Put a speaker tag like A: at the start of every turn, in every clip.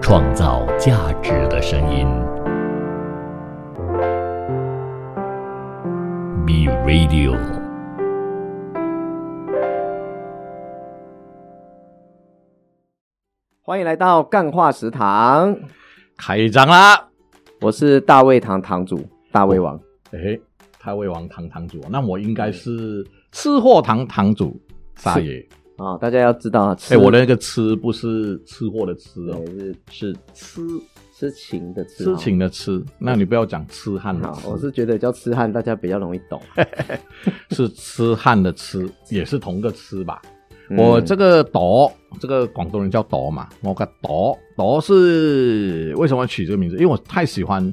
A: 创造价值的声音。B Radio。
B: 欢迎来到干话食堂，
C: 开张啦！
B: 我是大胃堂堂主大胃王。
C: 哎，太尉王堂堂主，啊那我应该是吃货堂堂主大爷。
B: 啊、大家要知道啊，吃
C: 哎，我的那个吃不是吃货的吃哦，
B: 对是是痴痴情的痴，
C: 痴情的痴。那你不要讲痴汉
B: 好。
C: 了，
B: 好，我是觉得叫痴汉，大家比较容易懂。
C: 哎是痴汉的痴，也是同个痴吧？
B: 嗯
C: 我这个夺，这个广东人叫夺嘛，我个夺夺是为什么取这个名字？因为我太喜欢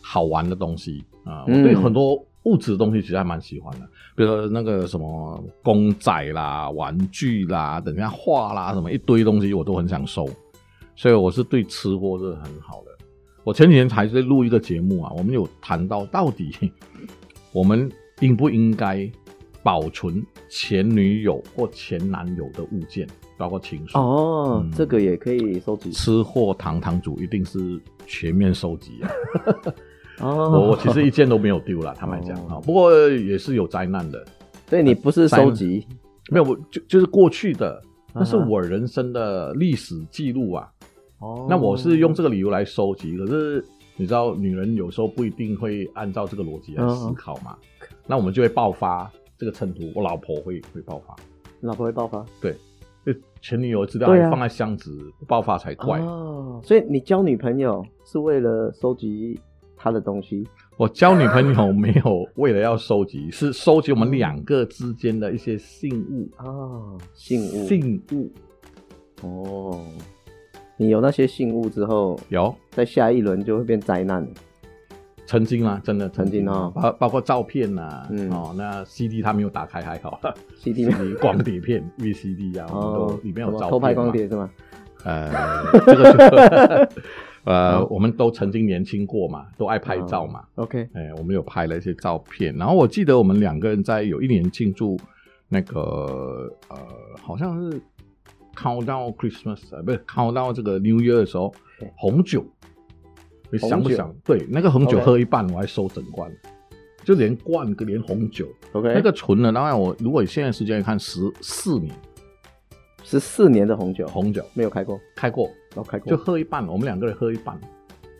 C: 好玩的东西啊、
B: 嗯
C: 我对很多物质的东西其实还蛮喜欢的，比如说那个什么公仔啦、玩具啦、等一下画啦，什么一堆东西我都很想收，所以我是对吃货是很好的。我前几天才在录一个节目啊，我们有谈到到底我们应不应该保存前女友或前男友的物件，包括情书。
B: 哦，
C: 嗯
B: 这个也可以收集
C: 吃货堂堂主一定是全面收集啊！
B: 哦。
C: 我我其实一件都没有丢了，坦白讲
B: 哦
C: 啊，不过也是有灾难的，
B: 对你不是收集，
C: 没有我就就是过去的，
B: 啊哈
C: 那是我人生的历史记录啊。
B: 哦
C: 那我是用这个理由来收集，可是你知道，女人有时候不一定会按照这个逻辑来
B: 嗯
C: 思考嘛，那我们就会爆发这个冲突。我老婆会会爆发，
B: 老婆会爆发
C: 就前女友资料
B: 对啊
C: 还放在箱子，不爆发才怪。
B: 哦，所以你交女朋友是为了收集她的东西
C: 我交女朋友没有为了要收集，是收集我们两个之间的一些信物。
B: 哦，信物
C: 信物
B: 哦，你有那些信物之后，
C: 有
B: 在下一轮就会变灾难了。
C: 曾经啊，真的曾
B: 曾经哦
C: 包包括照片呐、
B: 嗯
C: 哦，那 CD 他没有打开还好
B: CD 没有
C: ，CD 光碟片 VCD 啊，我们都
B: 哦，
C: 里面有
B: 什
C: 照
B: 么
C: 片
B: 偷拍光
C: 嘛
B: 碟是吗？
C: 呃，这个就呃，我们都曾经年轻过嘛，都爱拍照嘛。
B: 哦 OK，
C: 哎，我们有拍了一些照片，然后我记得我们两个人在有一年庆祝那个呃，好像是 countdown Christmas 啊，不是 countdown 这个 New Year 的时候
B: 对，
C: 红酒，你想不想？对，那个红酒
B: OK
C: 喝一半，我还收整罐，就连罐连红酒
B: OK，
C: 那个存了。当然我，如果以现在时间来看，十四年
B: 十四年的红酒，
C: 红酒
B: 没有开过，
C: 开过，
B: 然后开过
C: 就喝一半，我们两个人喝一半，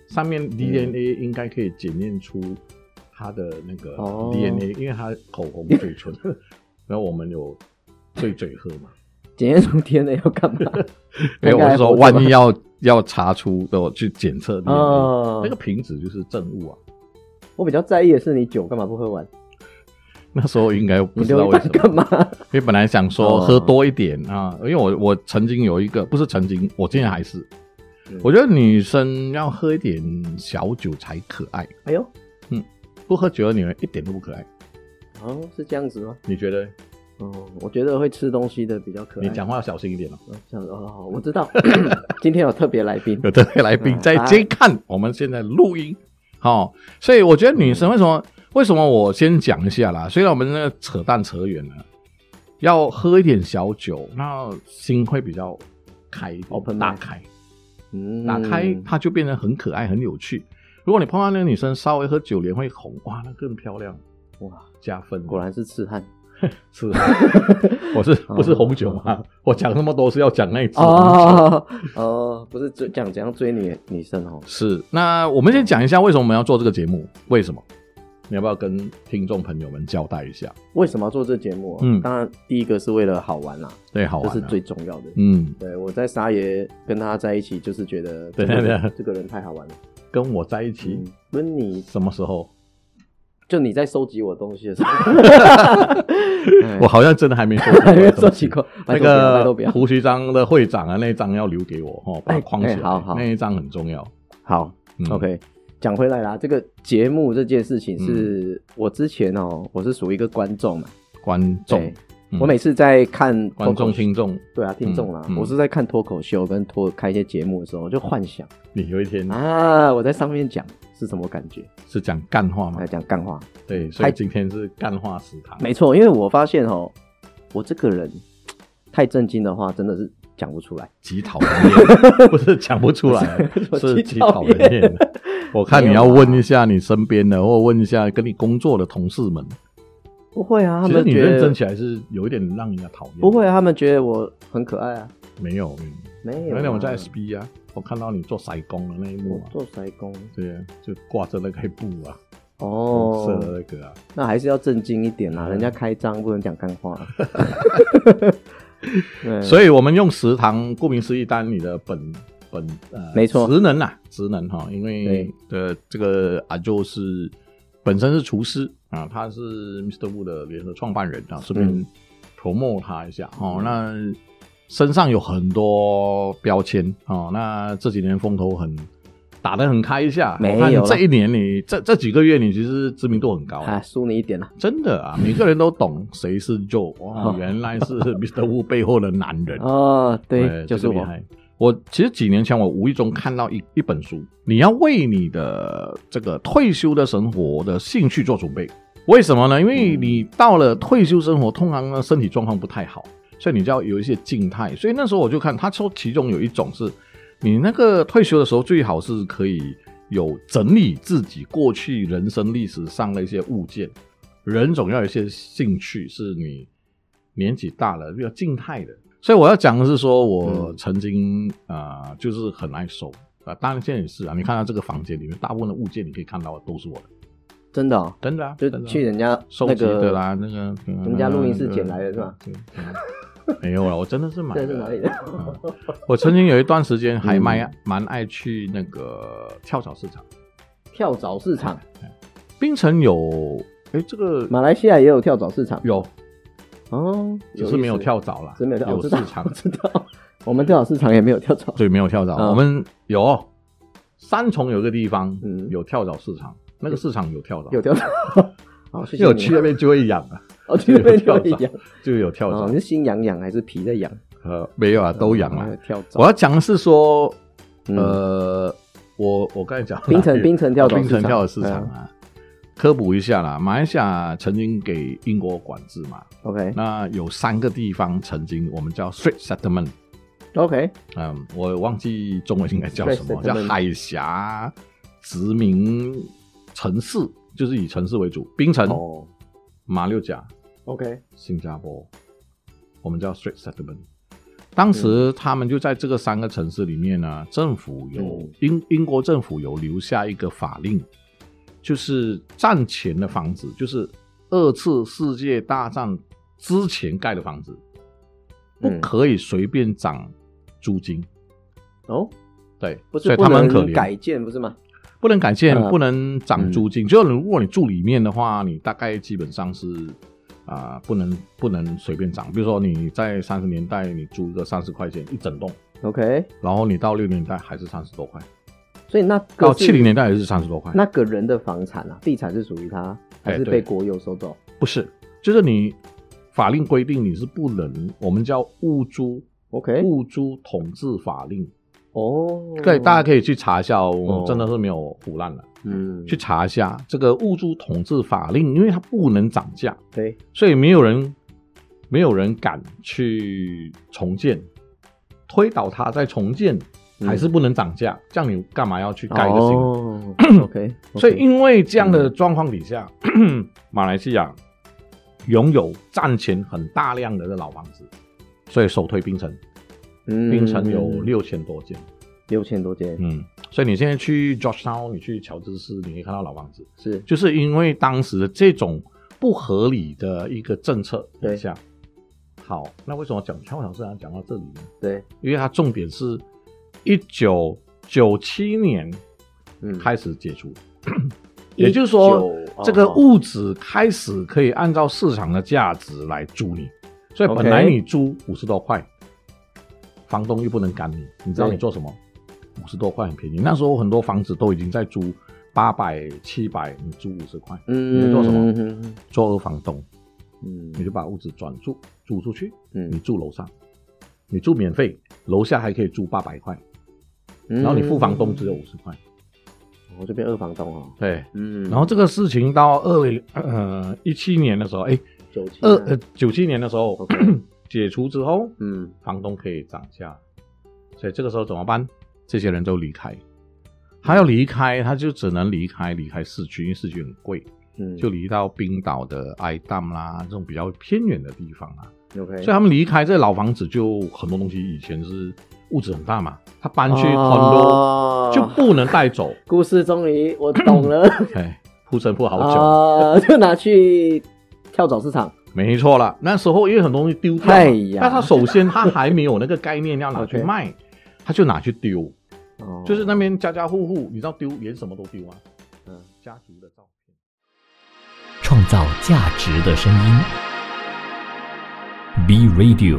C: 上
B: 嗯
C: 面 DNA 应该可以检验出他的那个
B: 哦
C: DNA，、因为他口红、嘴唇， 然后我们有对嘴喝 嘛。
B: 检验出 DNA 要干 嘛？
C: 没有，
B: 应该
C: 我是说，
B: 还活着吧
C: 万一要要查出的，我去检测 DNA，、
B: 哦
C: 那个瓶子就是证物啊。
B: 我比较在意的是你酒干嘛不喝完？
C: 那时候应该不
B: 你
C: 知
B: 留
C: 道
B: 一
C: 为
B: 半
C: 什
B: 干
C: 么，
B: 嘛？
C: 因为本来想说
B: 哦
C: 喝多一点啊，因为我我曾经有一个，不是曾经，我今天还是
B: 嗯，
C: 我觉得女生要喝一点小酒才可爱，
B: 哎呦，
C: 不喝酒的女人一点都不可爱。
B: 哦，是这样子吗？
C: 你觉得？
B: 哦，我觉得会吃东西的比较可爱。
C: 你讲话要小心一点哦。
B: 哦这样子哦，我知 道。今天有特别来宾，
C: 有的来
B: 嗯
C: 宾在监看我们现在录音，好、所以我觉得女生为什么、为什么我先讲一下啦？虽然我们那个扯淡扯远了，要喝一点小酒，那心会比较开一点
B: Open mind
C: 打开，
B: 嗯
C: 打开它就变得很可爱很有趣。如果你碰到那个女生稍微喝酒脸会红，哇，那更漂亮，
B: 哇，
C: 加分。啊
B: 果然是痴汉
C: 是，啊 我是不是红酒吗？我讲那么多是要讲那一支红酒。
B: 哦 哦，不是追讲怎样追女女生哦，
C: 是，那我们先讲一下为什么我们要做这个节目？为什么？你要不要跟听众朋友们交代一下？
B: 为什么要做这节目哦？
C: 嗯
B: 当然第一个是为了好玩啦，
C: 对，好
B: 这
C: 玩、啊。
B: 是最重要的。
C: 嗯，
B: 对，我在沙爷跟他在一起，就是觉得这
C: 等一
B: 个
C: 下等
B: 人
C: 一下
B: 这个人太好玩了。
C: 跟我在一起、
B: 嗯，不是你，
C: 什么时候？
B: 就你在收集我东西的时 候，哎
C: 嗯我好像真的还没收集
B: 还
C: 过
B: 没
C: 这
B: 收
C: 东
B: 集
C: 西。
B: 过，拜
C: 那
B: 托不要拜托
C: 个嗯
B: 不要。
C: 胡须章的会长啊，那一张要留给我哦，把
B: 哎
C: 它框起来。
B: 哎好好
C: 那一张很重要。
B: 好
C: 嗯
B: ，OK，讲回来啦，这个节目这件事情是
C: 嗯
B: 我之前哦，我是属于一个观众嘛，
C: 观众
B: 对，
C: 嗯
B: 我每次在看脱
C: 观
B: 口
C: 众
B: 秀
C: 听众，
B: 对啊，听众啦，
C: 嗯嗯
B: 我是在看脱口秀跟脱开一些节目的时候，我就幻想
C: 你有一天
B: 啊，我在上面讲是什么感觉，
C: 是讲干话吗
B: 来？讲干话。
C: 对，所以今天是干话食堂。
B: 没错，因为我发现哦，我这个人太震惊的话，真的是讲不出来。，
C: 极讨人厌，不是讲不出来
B: 我
C: 是
B: 极
C: 极
B: 讨
C: 讨
B: 厌
C: 人 厌。我看你要问一下你身边的，或问一下跟你工作的同事们，
B: 不会啊，他
C: 其实
B: 们
C: 你
B: 觉
C: 认
B: 得
C: 真起来是有一点让人家讨厌。
B: 不，会啊，他们觉得我很可爱啊。
C: 没有，没有
B: 没有啊，
C: 那天我在 SB 啊，我看到你做筛工的那一幕
B: 我
C: 啊，
B: 做塞工
C: 对啊，就挂着那个布啊，红色的
B: 哦，
C: 那个啊，
B: 那还是要正经一点啦，
C: 嗯
B: 人家开张不能讲干 话。对
C: 所以我们用食堂，顾名思义，当然你的本本呃，
B: 没错
C: 职能啊，职能哈，因为呃，这个阿舅是本身是厨师啊，他是 Mr. Wu 的联合创办人啊，顺
B: 嗯
C: 便 promote 他一下哦。那身上有很多标签哦，那这几年风头很。打得很开一下，
B: 没
C: 我看
B: 有啦
C: 这一年你这这几个月你其实知名度很高，
B: 啊，输你一点啦。
C: 真的啊，每个人都懂谁是 Joe，哦，原来是 Mr. Wu 背后的男 人
B: 哦，对，
C: 哎
B: 就是
C: 这个厉
B: 我。
C: 害我其实几年前，我无意中看到一一本书，你要为你的这个退休的生活的兴趣做准备。为什么呢？因为
B: 嗯
C: 你到了退休生活，通常呢身体状况不太好，所以你就要有一些静态。所以那时候我就看，他说其中有一种是，你那个退休的时候最好是可以有整理自己过去人生历史上的一些物件。人总要有一些兴趣，是你年纪大了比较静态的。所以我要讲的是说，我
B: 嗯
C: 曾经啊、呃就是很爱收啊，当然现在也是啊。你看到这个房间里面，大部分的物件你可以看到的都是我的，
B: 真的哦，
C: 真的啊，
B: 就
C: 真的啊
B: 去人家
C: 收
B: 那
C: 集的
B: 个
C: 啦，那个
B: 人家录音室捡来的是吧？
C: 对，对没有了，我真的是买
B: 这
C: 的。
B: 是哪里的？
C: 嗯我曾经有一段时间还蛮蛮爱去那个跳蚤市场，
B: 跳蚤市场，
C: 槟城有哎这个
B: 马来西亚也有跳蚤市场
C: 有，
B: 哦，
C: 只是没有
B: 意思，
C: 跳蚤啦，
B: 只是没有跳蚤，我知
C: 有
B: 道
C: 市场
B: 我，知道。我们跳蚤市场也没有跳 蚤，
C: 对，没有跳蚤。
B: 嗯
C: 我们有三重有个地方
B: 嗯
C: 有跳蚤市场，那个市场有跳蚤，
B: 有跳 蚤。好，谢谢
C: 有
B: 你
C: 去那边就会痒啊，
B: 哦，去那边
C: 有
B: 就
C: 跳蚤
B: 痒。
C: 就有跳
B: 哦，
C: 蚤
B: 你。是心痒痒还是皮在痒？
C: 呃，没有啊，都痒啊
B: 哦。跳蚤。
C: 我要讲的是说，
B: 嗯
C: 呃，我我刚才讲了
B: 槟城
C: 也
B: 槟城跳蚤
C: 槟城
B: 市场嗯
C: 跳蚤市场啊，科普一下啦，马来西亚曾经给英国管制嘛，
B: OK
C: 那有三个地方曾经我们叫 street settlement。
B: OK，
C: 嗯，我忘记中文应该叫什么，
B: 对
C: 叫
B: 对对
C: 海峡殖民城市，就是以城市为主，槟城、
B: 哦
C: 马六甲、
B: OK，
C: 新加坡，我们叫 Street Settlement。当时他们就在这个三个城市里面呢，政府有、
B: 嗯
C: 英英国政府有留下一个法令，就是战前的房子，就是二次世界大战之前盖的房子，不
B: 嗯
C: 可以随便涨租金。
B: 哦，
C: 对，
B: 不
C: 所
B: 是
C: 以他们很
B: 不
C: 可
B: 能
C: 怜，
B: 改建不是吗？
C: 不能改建，
B: 嗯
C: 不能涨租金。就是如果你住里面的话，你大概基本上是啊、不能不能随便涨。比如说你在三十年代你租一个三十块钱一整栋，
B: OK，
C: 然后你到六零年代还是三十多块，
B: 所以那
C: 到
B: 个
C: 哦七零
B: 是
C: 年代也是三十多块。
B: 那个人的房产啊，地产是属于他，还
C: 哎
B: 是
C: 对
B: 被国有收走？
C: 不是，就是你法令规定你是不能，我们叫物租
B: OK
C: 物租统治法令。
B: 哦，
C: 可以，大家可以去查一下哦，我
B: 哦
C: 真的是没有胡乱了，
B: 嗯，
C: 去查一下这个物租统治法令，因为它不能涨价。
B: 对，
C: 所以没有人没有人敢去重建，推倒它再重建，
B: 嗯
C: 还是不能涨价。这样你干嘛要去盖一个新？
B: 哦 OK，
C: 所以因为这样的状况底下， 马来西亚拥有战前很大量的老房子，所以首推槟城，
B: 嗯
C: 槟城有六千多间。
B: 六千多间，
C: 嗯，所以你现在去 Georgetown，你去乔治市，你可以看到老房子。
B: 是
C: 就是因为当时这种不合理的一个政策
B: 对
C: 底下，好，那为什么讲跳蚤市场讲到这里呢？
B: 对，
C: 因为它重点是一九九七年
B: 嗯，
C: 开始解除，也就是说，
B: 19
C: 这个
B: 哦
C: 物质开始可以按照市场的价值来租你，所以
B: OK
C: 本来你租五十多块，房东又不能赶你，你知道
B: 对
C: 你做什么？五十多块很便宜，那时候很多房子都已经在租八百、七百，你租五十块，
B: 嗯，
C: 你做什么
B: 嗯
C: 做二房东，
B: 嗯
C: 你就把屋子转租租出去，你
B: 嗯，
C: 住楼上，你住免费，楼下还可以租八百块，
B: 嗯
C: 然后你付房东只有，五十块，
B: 我这边二房东哦，
C: 对。
B: 嗯，
C: 然后这个事情到二零呃一七年的时候，哎，
B: 九千
C: 二呃九七年的时候
B: 嗯 OK，
C: 解除之后，
B: 嗯，
C: 房东可以涨价，所以这个时候怎么办？这些人都离开，他要离开，他就只能离开，离开市区，因为市区很贵，
B: 嗯，
C: 就离到冰岛的埃达啦这种比较偏远的地方啊。
B: OK，
C: 所以他们离开这老房子，就很多东西以前是物质很大嘛，他搬去 condo
B: 哦
C: 就不能带走，
B: 故事终于我懂了，
C: 哎，铺陈 铺好久，
B: 啊，就拿去跳蚤市场，
C: 没错了，那时候因为很多东西丢掉嘛，
B: 哎呀
C: 但他 首先他还没有那个概念要拿去
B: OK
C: 卖，他就拿去丢，
B: 哦
C: 就是那边家家户户，你知道丢连什么都丢啊，
B: 嗯
C: 家族的照片。
A: 创造价值的声音。B Radio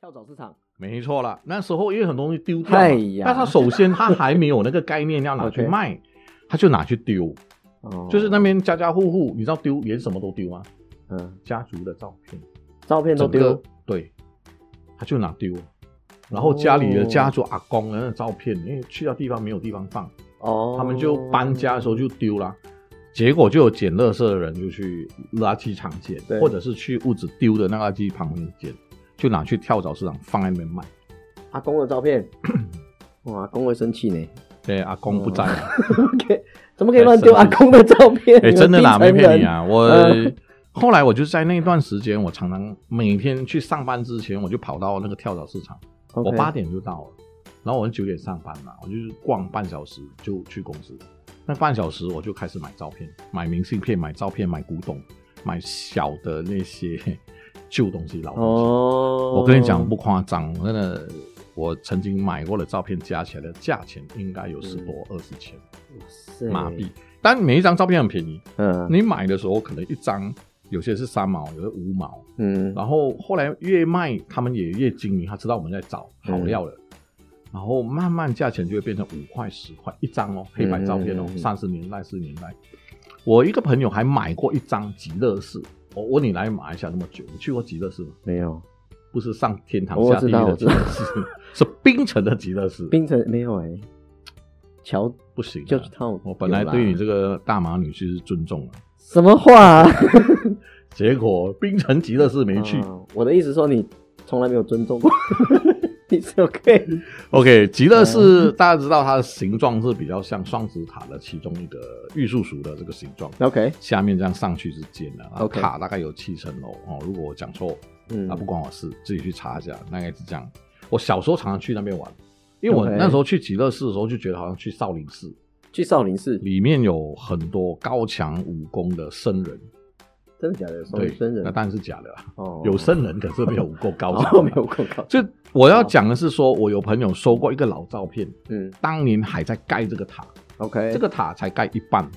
B: 跳蚤市场
C: 没错了，那时候因为很多东西丢掉
B: 哎
C: 嘛，
B: 呀
C: 但他首先他还没有那个概念要拿 去
B: OK
C: 卖，他就拿去丢，
B: 哦，
C: 就是那边家家户户，你知道丢连什么都丢啊，
B: 嗯，
C: 家族的照片。
B: 照片都
C: 整个
B: 丢，
C: 对，他就拿丢，然后家里的
B: 哦
C: 家族阿公的那个照片，因为去到地方没有地方放，
B: 哦，
C: 他们就搬家的时候就丢啦。结果就有捡垃圾的人就去垃圾场捡
B: 对，
C: 或者是去屋子丢的那个垃圾旁边捡，就拿去跳蚤市场放在那边卖。
B: 阿公的照 片，哇，阿公会生气呢。
C: 对，阿公不在啊，
B: OK，怎么可以乱丢阿公的照片？
C: 哎、真的啦，
B: 你
C: 没
B: 们低
C: 骗
B: 成
C: 你
B: 人！
C: 啊， 我。
B: 嗯
C: 后来我就在那段时间，我常常每天去上班之前，我就跑到那个跳蚤市场，我
B: OK
C: 八点就到了，然后我九点上班嘛，我就是逛半小时就去公司。那半小时我就开始买照片，买明信片，买照片，买古董，买小的那些旧东西、老东西。
B: 哦，
C: 我跟你讲不夸张，真的，我曾经买过的照片加起来的价钱应该有十多
B: 嗯
C: 二十千
B: 是
C: 马币，，但每一张照片很便宜。
B: 嗯
C: 你买的时候可能一张有些是三毛，有些五毛，
B: 嗯
C: 然后后来越卖，他们也越精明，他知道我们在找好料了，
B: 嗯
C: 然后慢慢价钱就会变成五块、十块一张哦，黑白照片哦
B: 嗯嗯嗯，嗯
C: 三十、年代、四十年代，我一个朋友还买过一张极乐寺。我问你来马来西亚那么久，你去过极乐寺吗？
B: 没有
C: 不是上天堂
B: 我
C: 下地狱
B: 知道
C: 的
B: 我
C: 极
B: 知道
C: 乐寺， 是冰城的极乐寺。
B: 冰城没有哎，乔
C: 不行啊、
B: 就他我
C: 我本来
B: 有啦
C: 对你这个大马女婿是尊重了，
B: 什么话啊？
C: 结果冰城极乐寺没去。
B: 哦我的意思说你从来没有尊重过， 你是 OK，
C: OK，极乐
B: 嗯
C: 寺大家知道它的形状是比较像双子塔的其中一个玉树属的这个形状，
B: OK，
C: 下面这样上去是尖的，然后
B: OK
C: 塔大概有七层楼哦。如果我讲错，
B: 嗯
C: 啊不关我事，自己去查一下，大概是这样。我小时候常常去那边玩，因为我
B: OK
C: 那时候去极乐寺的时候就觉得好像去少林寺，
B: 去少林寺，
C: 里面有很多高强武功的僧人，
B: 真的假的？少
C: 对
B: 林，哦僧人
C: 那当然是假的啦，
B: 哦
C: 有僧人可是没有武 功高强
B: 哦，没有广告，
C: 就我要讲的是说，我有朋友收过一个老照片，
B: 嗯
C: 当年还在盖这个塔。
B: ，OK，
C: 这个塔才盖一半，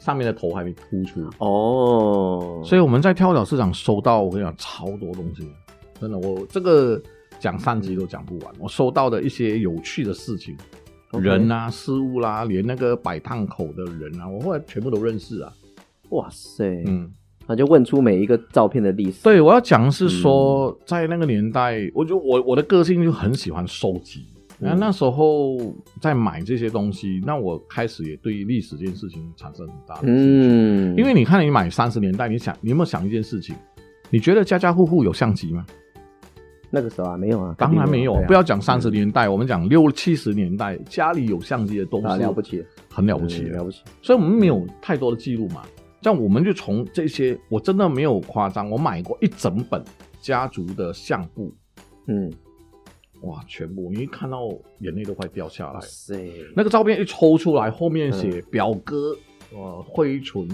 C: 上面的头还没突出，
B: 哦，
C: 所以我们在跳蚤市场收到，我跟你讲超多东西，真的，我这个讲三集都讲不完。我收到的一些有趣的事情
B: OK
C: 人啊、事物啦、连那个摆档口的人啊，我后来全部都认识啊。
B: 哇塞，
C: 嗯，
B: 那就问出每一个照片的历史，
C: 对，我要讲的是说，在那个年代，我就我我的个性就很喜欢收集。那
B: 嗯
C: 那时候在买这些东西，那我开始也对历史这件事情产生很大的兴趣。
B: 嗯，
C: 因为你看，你买三十年代，你想，你有没有想一件事情？你觉得家家户户有相机吗？
B: 那个时候啊，没有啊，
C: 当然没有，
B: 肯定
C: 不
B: 对啊
C: 要讲三十年代，我们讲六七十年代，家里有相机的都
B: 啊
C: 是
B: 了不起，
C: 很了
B: 了
C: 不起的
B: 了。不起，
C: 所以我们没有太多的记录嘛。这样我们就从这些，我真的没有夸张，我买过一整本家族的相簿，
B: 嗯，
C: 哇，全部你一看到眼泪都快掉下来
B: 哇。塞，
C: 那个照片一抽出来，后
B: 嗯
C: 面写表哥，呃，惠纯，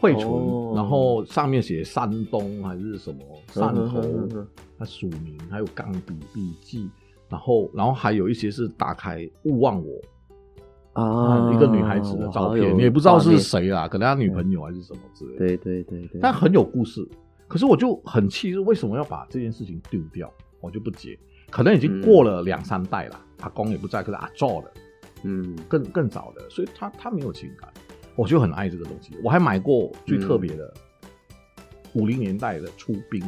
C: 惠纯，
B: 哦
C: 然后上面写山东还是什么汕头
B: 嗯嗯嗯嗯，
C: 他署名，还有钢笔笔记，然后然后还有一些是打开勿忘我，
B: 啊，
C: 一个女孩子的照
B: 我好
C: 片，
B: 啊有
C: 你也不知道
B: 画
C: 是
B: 面，
C: 谁啦，可能他女朋友还是什么之类的，
B: 对对对对，
C: 但很有故事。可是我就很气，是为什么要把这件事情丢掉？我就不解，可能已经过了两三代了，阿公也不在，可是阿赵的。
B: 嗯
C: 更更早的，所以他他没有情感，我就很爱这个东西。我还买过最特别
B: 嗯
C: 的五零、年代的出兵，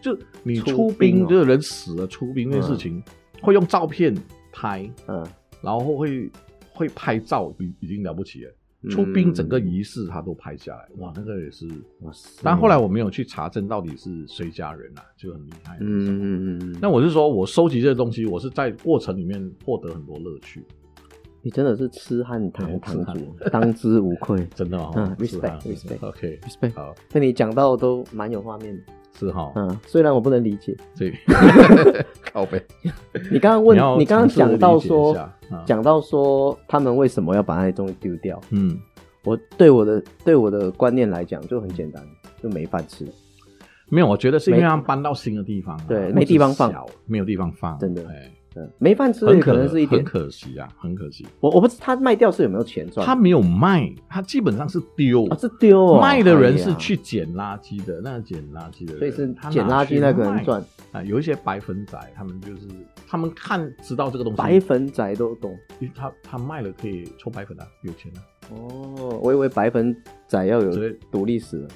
C: 就你
B: 出
C: 出
B: 兵
C: 兵，
B: 哦
C: 就是人死了出兵这件事情，会用照片拍，
B: 嗯
C: 然后会会拍照，已已经了不起了。出殡整
B: 嗯
C: 个仪式他都拍下来，哇，那个也是。
B: 哇塞
C: 但后来，我没有去查证到底是谁家人啊，就很厉害。嗯，
B: 嗯嗯嗯嗯，
C: 那我是说我收集这些东西，我是在过程里面获得很多乐趣，
B: 你真的是痴汉堂
C: 对
B: 堂
C: 痴汉。
B: 主，当之无愧
C: 真的哦。
B: 嗯
C: 是啊
B: respect，respect
C: OK，
B: respect，
C: 好，
B: 那你讲到都蛮有画面的。
C: 是哈，
B: 嗯，虽然我不能理解，
C: 所以 靠背。
B: 你刚刚 问，
C: 要
B: 你刚刚
C: 尝试地
B: 讲到
C: 理解一
B: 说，
C: 下，啊
B: 讲到说他们为什么要把那些东西丢掉？
C: 嗯，
B: 我对我的对我的观念来讲就很简单，就没饭吃，
C: 没有，我觉得是因为
B: 没
C: 他们搬到新的地方了，
B: 对
C: 或者
B: 没地方放
C: 小，没有地方放，
B: 真的
C: 哎
B: 嗯，没饭吃
C: 很
B: 也可能是一
C: 很
B: 点。
C: 可惜啊，很可惜。
B: 我我不知他卖掉是有没有钱赚，
C: 他没有卖，他基本上是丢，
B: 啊是丢哦
C: 卖的人
B: 哎
C: 是
B: 呀
C: 去捡垃圾的，那捡垃圾的人，
B: 所以是
C: 他拿
B: 捡垃圾那个人
C: 去
B: 赚，
C: 卖啊。有一些白粉仔，他们就是他们看知道这个东西，
B: 白粉仔都懂
C: 因为他他卖了可以抽白粉啊，有钱啊。
B: 哦。我以为白粉仔要有
C: 所以
B: 独立史了。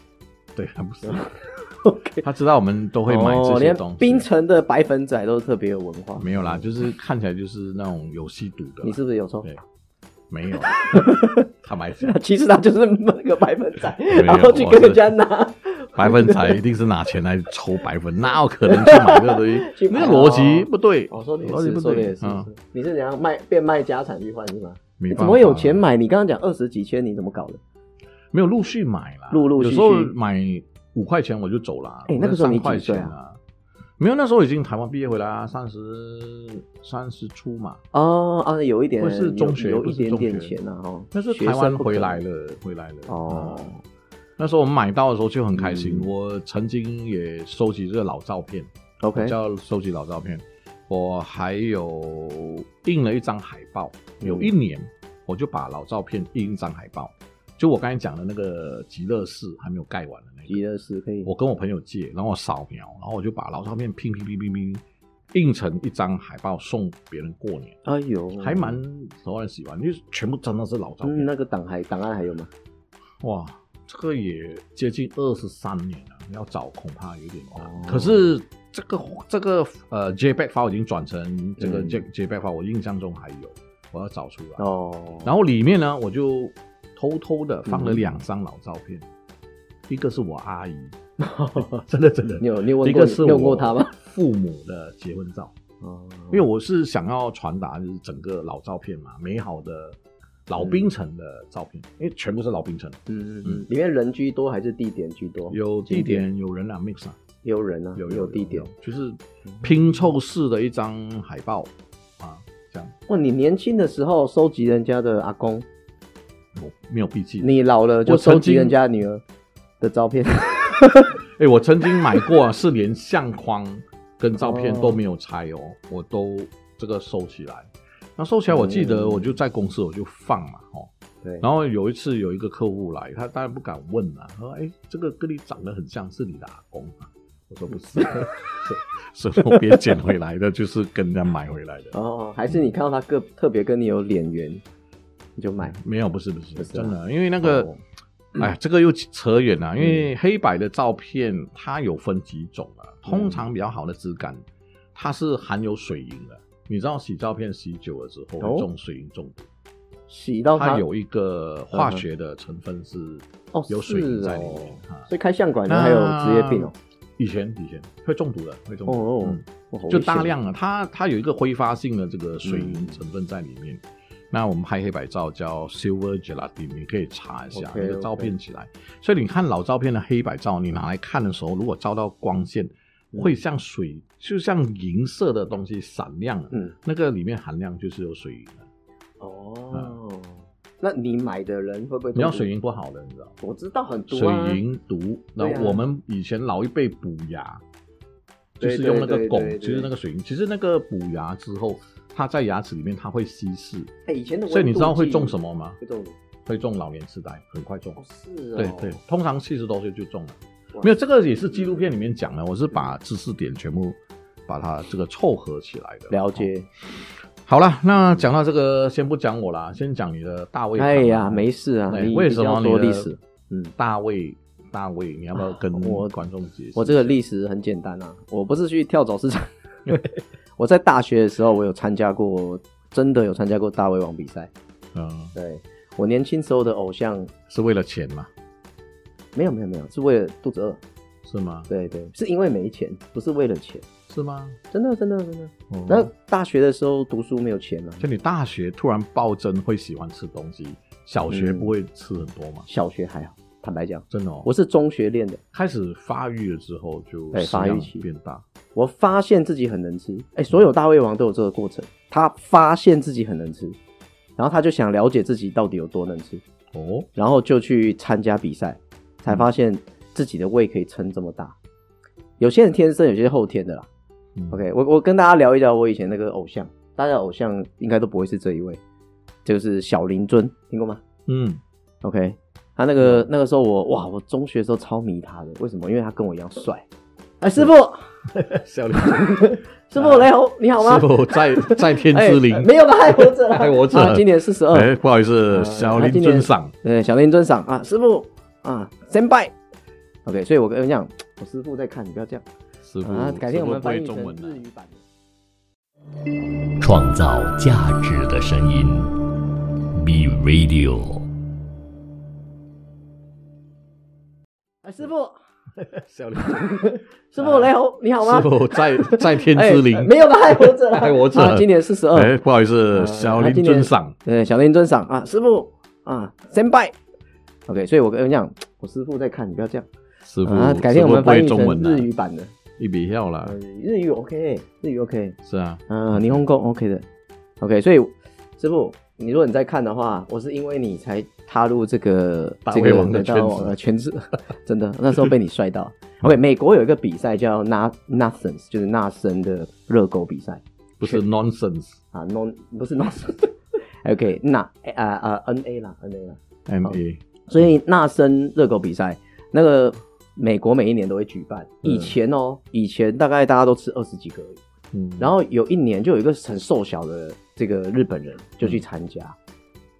C: 对他不是，
B: OK，
C: 嗯他知道我们都会买
B: 哦
C: 这些
B: 连
C: 东西。
B: 冰城的白粉仔都特别有文化。
C: 没有啦，就是看起来就是那种有吸毒的啦。
B: 你是不是有抽？
C: 对，没 有，他买
B: 其实他就是那个白粉 仔，
C: 有
B: 然后去跟人家拿。
C: 白粉仔一定是拿钱来抽白粉，哪有可能去买这个 东
B: 去
C: 西？
B: 买
C: 那个逻辑不对，
B: 我哦说的也
C: 逻辑
B: 是，
C: 哦不
B: 说的
C: 对嗯啊
B: 也是，是你是怎样卖变卖家产去换是吗？
C: 没
B: 你怎
C: 办法啊
B: 么会有钱？买？你刚刚讲二十几千，你怎么搞的？
C: 没有陆续买啦，
B: 陆陆续续
C: 有时候买五块钱我就走了。
B: 哎那个时候你
C: 3块钱
B: 几岁
C: 啊？没有，那时候已经台湾毕业回来啊，三十三十出嘛，
B: 哦，啊，有一点，
C: 不是中学
B: 有有
C: 不
B: 一
C: 是
B: 点
C: 中学
B: 点钱啊，哦，
C: 那是
B: 学
C: 台
B: 生
C: 湾
B: 不
C: 回
B: 可
C: 来了，回来了。
B: 哦
C: 嗯那时候我们买到的时候就很开心，
B: 嗯
C: 我曾经也收集这个老照片，
B: ，OK，
C: 叫收集老照片，我还有印了一张海报。
B: 嗯
C: 有一年，我就把老照片印一张海报，就我刚才讲的那个极乐寺还没有盖完的那个，
B: 极乐寺可以，
C: 我跟我朋友借，然后我扫描，然后我就把老照片拼拼拼拼拼印成一张海报送别人过年，
B: 哎呦，
C: 还蛮多人喜欢，因为全部真的是老照
B: 嗯，
C: 片。
B: 那个档还档案还有吗？
C: 哇，这个也接近二十三年了，要找恐怕有点难。
B: 哦
C: 可是这个这个呃 JPEG 发已经转成这个
B: 嗯
C: J、JPEG 发，我印象中还有，我要找出来。
B: 哦，
C: 然后里面呢，我就偷偷的放
B: 嗯
C: 了两张老照片，一个是我 阿姨，真的真的
B: 你，有你有问
C: 一
B: 过
C: 个
B: 你
C: 是
B: 你有
C: 我
B: 问过他 吗？？
C: 父母的结婚 照，
B: 哦，
C: 因为我是想要传达就是整个老照片嘛，美好的老槟城的照片，因为全部是老槟城。
B: 嗯嗯嗯，里面人居多还是地点居多？
C: 有地点，有人啊，mix 啊，
B: 有人啊，
C: 有
B: 有地点。，
C: 就是拼凑式的一张海报啊，这样
B: 哇，你年轻的时候收集人家的阿公，
C: 我没有笔记。
B: 你老了就
C: 我曾
B: 收集
C: 经
B: 人家女儿的照 片。
C: 哎，我曾经买过，啊，是连相框跟照片
B: 哦
C: 都没有拆哦，我都这个收起来。那收起来，我记得
B: 嗯
C: 我就在公司我就放嘛，哦。
B: 对，
C: 然后有一次有一个客户来，他当然不敢问啦、他说：“哎，这个跟你长得很像，是你的阿公啊？”我说：“ 不是， 是是我别捡回来的，就是跟人家买回来的。”
B: 哦，还是你看到他个特别跟你有脸缘，你就买。
C: 没有，不是不是，
B: 不是啊
C: 真的，因为那个
B: 哦，嗯
C: 哎、呀，这个又扯远了。因为黑白的照片它有分几种啊，通常比较好的质感，它是含有水银的。你知道洗照片洗久了之后
B: 哦
C: 会中水银中毒，
B: 洗到
C: 它
B: 他
C: 有一个化学的成分是
B: 哦
C: 有水银在里
B: 是
C: 面
B: 哦。
C: 啊
B: 所以开相馆的还有职业病哦。
C: 以前以前会中毒的，会中毒。
B: 哦哦
C: 嗯
B: 哇好危
C: 就
B: 险
C: 大量啊，它它有一个挥发性的这个水
B: 嗯
C: 银成分在里面。那我们拍黑白照叫 silver gelatin，你可以查一下
B: OK，
C: 那个照片起来。所以你看老照片的黑白照，你拿来看的时候，如果照到光线，
B: 嗯
C: 会像水，就像银色的东西闪亮了。
B: 嗯
C: 那个里面含量就是有水银的。
B: 哦，那你买的人会不会？
C: 你要水，银不好的，你知道吗？
B: 我知道很多啊
C: 水银毒。那
B: 对啊
C: 我们以前老一辈补牙，就
B: 对
C: 是用那
B: 对对
C: 个汞
B: 对，对
C: 就是那个水银。其实那个补牙之后，它在牙齿里面它会稀释，
B: 哎，以前的
C: 所以你知道会中什
B: 么？
C: 么吗？
B: 会中毒
C: 会中老年痴呆，很快中。
B: 哦，是哦。
C: 对对，通常七十多岁就中了。
B: 哇
C: 没有，这个也是纪录片里面讲的，我是把知识点全部把它这个凑合起来的。
B: 了解。
C: 好了，那讲到这个，先不讲我啦，先讲你的大卫。
B: 哎呀，没。事啊，
C: 对
B: 你
C: 为什么
B: 比
C: 你
B: 较多
C: 的
B: 历史？嗯，
C: 大卫，大卫，你要不要跟
B: 啊我
C: 观众解释？
B: 我这个历史很简单啊，我不是去跳蚤市场， 我在大学的时候我有参加过，真的有参加过大胃王比赛。
C: 嗯，
B: 对我年轻时候的偶像，
C: 是为了钱嘛？
B: 没有没有没有，是为了肚子饿。
C: 是吗？
B: 对对，是因为没钱，不是为了钱，
C: 是吗？
B: 真的真的真的。
C: 哦
B: 那大学的时候读书没有钱啊嘛，
C: 就你大学突然暴增会喜欢吃东西，小学不会吃很多嘛？
B: 小学还好，坦白讲，
C: 真的
B: 嗯
C: 哦，
B: 我是中学练的，
C: 开始发育了之后就
B: 对
C: 食
B: 发
C: 量
B: 育期
C: 变大，
B: 我发现自己很能吃。哎，所有大胃王都有这个过程，他发现自己很能吃，然后他就想了解自己到底有多能吃，
C: 哦，
B: 然后就去参加比赛，才发现自己的胃可以撑这么大。有些人天生，有些是后天的啦。
C: 嗯
B: OK，我我跟大家聊一聊我以前那个偶像，大家的偶像应该都不会是这一位，就是小林尊，听过吗
C: 嗯，
B: ？OK，他那个那个时候我哇，我中学的时候超迷他的，为什么？因为他跟我一样帅。哎，师傅，
C: 小林，
B: 师
C: 啊
B: 傅雷猴，你好吗？
C: 是否在在天之灵
B: 哎？没有，他还活着啦，
C: 还活着
B: 啊今年四十
C: 哎，
B: 二。
C: 不好意思，
B: 呃
C: 小
B: 他
C: 林
B: 今年
C: 尊赏，
B: 对，小林尊赏啊，师傅啊，先拜。OK，所以我跟你讲，我师傅在看，你不要这样。
C: 师傅
B: 啊，，改天我们
C: 师傅不会
B: 翻译成
C: 中文啊
B: 日
C: 的
B: 语版的。
A: 创造价值的声音，B Radio。
B: 哎，师傅，
C: 啊小林，师
B: 师傅雷猴，你好吗？
C: 傅 在在天
B: 哎
C: 之灵？
B: 没有的，还活着啦，
C: 还活着
B: 啊今年四十
C: 哎，
B: 二。
C: 不好意思，
B: 呃
C: 小
B: 他
C: 林
B: 今年
C: 尊赏，
B: 对，小林尊赏啊，师傅啊，先拜。OK，所以我跟你讲，我师傅在看，你不要这样。
C: 师傅
B: 啊，改天
C: 师
B: 我
C: 傅
B: 们
C: 不
B: 翻
C: 会
B: 译成
C: 中文啊
B: 日
C: 的，
B: 语版的。
C: 一笔票啦
B: 呃，日语 OK，日语 OK，
C: 是啊，
B: 嗯、霓虹沟 OK 的，OK。所以师傅，你如果你在看的话，我是因为你才踏入这个
C: 大
B: 这
C: 胃
B: 个
C: 王的
B: 大胃
C: 圈子
B: 王的圈子，真的那时候被你帅 到。OK，美国有一个比赛叫 Na Nothings，就是纳森的热狗比赛
C: 不是 nonsense
B: 啊，Non 不是 Nothings，OK，那啊啊 N A 啦，N A 啦。
C: M A，
B: 所以纳森热狗比赛，那个美国每一年都会举办。以前哦，以前大概大家都吃二十几个而已。
C: 嗯，
B: 然后有一年就有一个很瘦小的这个日本人就去参加，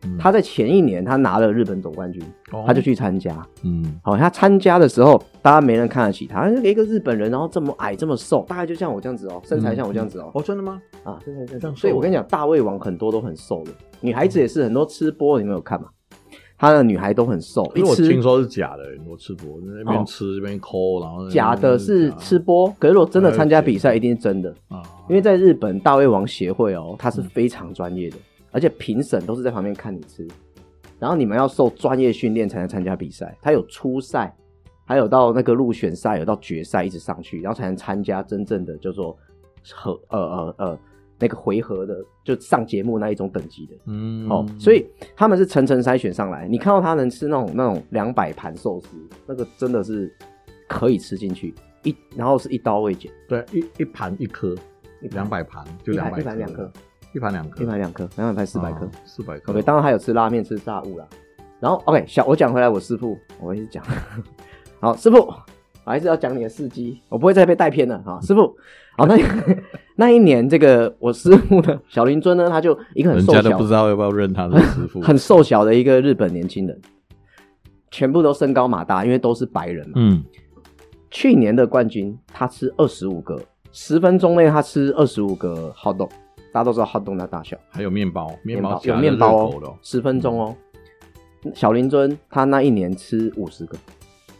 C: 嗯
B: 他在前一年他拿了日本总冠军，
C: 哦
B: 他就去参加。
C: 嗯
B: 好，他参加的时候，大家没人看得起他，哎一个日本人，然后这么矮这么瘦，大概就像我这样子哦，身材像我这样子哦，
C: 哦，真的吗？
B: 啊，身材像
C: 这样瘦
B: 所以我跟你讲，大胃王很多都很瘦的，女孩子也是很多吃播，你们有看吗？他的女孩都很瘦，一
C: 因为我
B: 吃
C: 听说是假的，我吃播那边
B: 哦
C: 吃这边抠，然后那边
B: 假的是
C: 假
B: 吃播，可是如果真的参加比赛，一定是真的。
C: 啊，
B: 因为在日本大胃王协会哦，它是非常专业的，而且评审都是在旁边看你吃，然后你们要受专业训练才能参加比赛。它有初赛，还有到那个入选赛，有到决赛一直上去，然后才能参加真正的叫做和呃呃呃那个回合的，就上节目那一种等级的。
C: 嗯
B: 哦，所以他们是层层筛选上来。你看到他能吃那种那种两百盘寿司，那个真的是可以吃进去一，然后是一刀未剪，
C: 对一一盘一颗，两百盘就
B: 一
C: 两
B: 盘
C: 百
B: 一盘两颗，
C: 一盘两颗，啊
B: 一盘两颗，两百盘四百颗。
C: 四百颗。
B: OK，当然还有吃拉面、吃炸物啦。然后 OK，小我讲回来，我师傅，我一直讲，好师傅，还是要讲你的事迹，我不会再被带偏了哈。师傅，好那那一年这个我师傅呢，小林尊呢，他就一个很
C: 人
B: 瘦小
C: 家都
B: 的
C: 不知道要不要认他是师傅，
B: 很瘦小的一个日本年轻人，全部都身高马大，因为都是白人嘛。
C: 嗯
B: 去年的冠军，他吃二十五个，十分钟内他吃二十五个 hot dog，大家都知道 hot dog 的大小，
C: 还有面包，面包
B: 有
C: 夹
B: 面包
C: 着热狗的嗯
B: 哦，十分钟哦。小林尊他那一年吃五十个，
C: 哦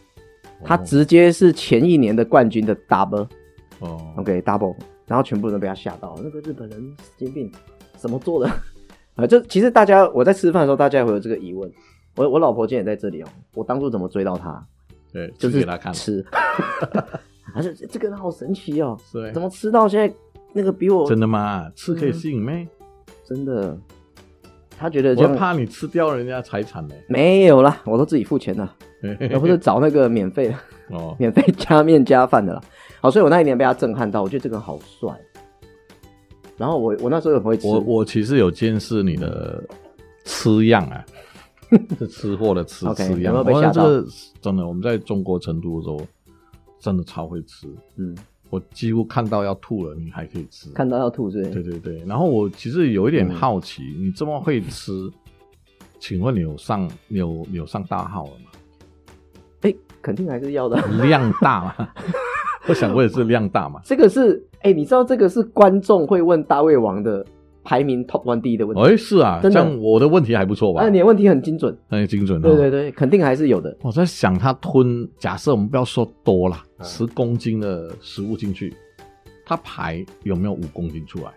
B: 他直接是前一年的冠军的 double，OK、
C: 哦
B: double，然后全部人被他吓到，那个日本人神经病，怎么做的？ 啊，就其实大家我在吃饭的时候，大家也会有这个疑问。我我老婆今天也在这里哦，我当初怎么追到她？
C: 对，
B: 就
C: 吃
B: 是
C: 给他看，
B: 吃， 而且这个人好神奇哦，
C: 对
B: 怎么吃到现在那个比我
C: 真的吗？吃可以吸引妹，
B: 真的，他觉得这
C: 我
B: 样
C: 怕你吃掉人家财产呢。
B: 没有啦，我都自己付钱了，而不是找那个免费的、
C: 哦，
B: 免费加面加饭的啦。好，所以我那一年被他震撼到，我觉得这个人好帅。然后我我那时候也很会吃，
C: 我我其实有见识你的吃样 啊，是吃货的吃
B: OK，
C: 吃
B: 有
C: 样。
B: 没有被
C: 我
B: 吓到
C: 这个真的，我们在中国成都的时候，真的超会吃，
B: 嗯，
C: 我几乎看到要吐了，你还可以吃。
B: 看到要吐是不
C: 对
B: 是？
C: 对对，然后我其实有一点好奇，你这么会 吃，请问你有上你有你有上大号了吗？
B: 哎，肯定还是要的。
C: 量大吗？我想问的是量大吗？
B: 这个是哎，你知道这个是观众会问大胃王的排名 top one 第一的问题。
C: 哎，是啊，这
B: 真的
C: 样我的问题还不错吧
B: 啊，？你的问题很精准，
C: 很精准哦。
B: 对对对，肯定还是有的。
C: 我在想，它吞，假设我们不要说多啦，
B: 嗯
C: 十公斤的食物进去，它排有没有五公斤出来？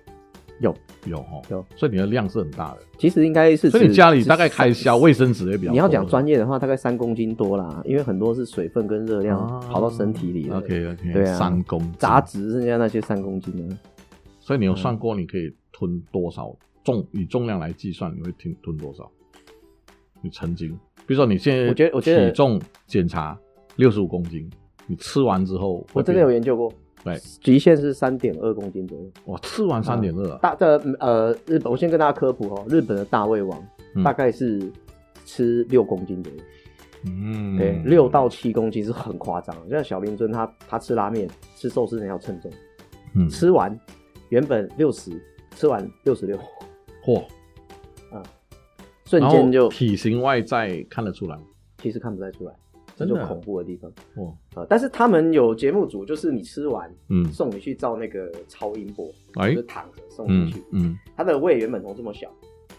B: 有
C: 有哦，
B: 有，
C: 所以你的量是很大的，
B: 其实应该是指，
C: 所以你家里大概开销卫
B: 什
C: 生纸也比较多。
B: 你要讲专业的话，大概三公斤多啦，因为很多是水分跟热量
C: 啊
B: 跑到身体里了。
C: ，OK OK，
B: 对啊
C: 三公斤
B: 杂，质剩下那些三公斤呢？
C: 所以你有算过你可以吞多少重？以重量来计算，你会吞吞多少？你曾经，比如说你现在，
B: 我觉得我觉得
C: 体重检查六十五公斤，你吃完之后会变，
B: 我真的有研究过，
C: 对，
B: 极限是三点二公斤左右。
C: 我吃完三点二，啊
B: 大的呃，日本我先跟大家科普哦，日本的大胃王
C: 嗯
B: 大概是吃六公斤左右，
C: 嗯
B: 对，六到七公斤是很夸张的。像小林尊他他吃拉面、吃寿司，你要称重，
C: 嗯
B: 吃完原本六十，吃完六十六，
C: 嚯，
B: 瞬
C: 然
B: 间
C: 后
B: 就
C: 体型外在看得出来吗，
B: 其实看不太出来，这
C: 真
B: 就
C: 的啊
B: 恐怖的地方。
C: 哦，
B: 呃，但是他们有节目组，就是你吃完
C: 嗯，
B: 送你去照那个超音波，
C: 哎
B: 就，躺着送进
C: 嗯
B: 去。
C: 嗯
B: 他的胃原本从这么小，